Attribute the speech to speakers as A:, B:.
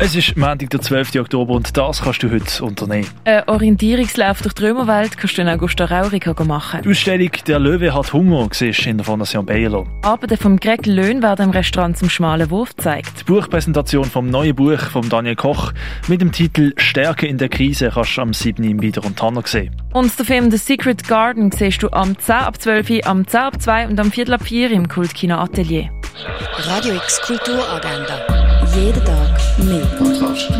A: Es ist Montag, der 12. Oktober und das kannst du heute unternehmen.
B: Ein Äh, Orientierungslauf durch die Römerwelt kannst du in Augusta Raurica machen.
A: Die Ausstellung «Der Löwe hat Hunger» siehst in der Fondation Baylor.
B: Arbeiten vom Greg Löhn werden im Restaurant zum schmalen Wurf gezeigt.
A: Die Buchpräsentation vom neuen Buch von Daniel Koch mit dem Titel «Stärke in der Krise» kannst du am 7. im Wieder und Tanner sehen.
B: Und der Film «The Secret Garden» siehst du am 10 ab 12, am 10 ab 2 und am 4 ab 4 im Kultkino Atelier.
C: Radio X Kulturagenda. Jeden Tag mehr. Kontrast.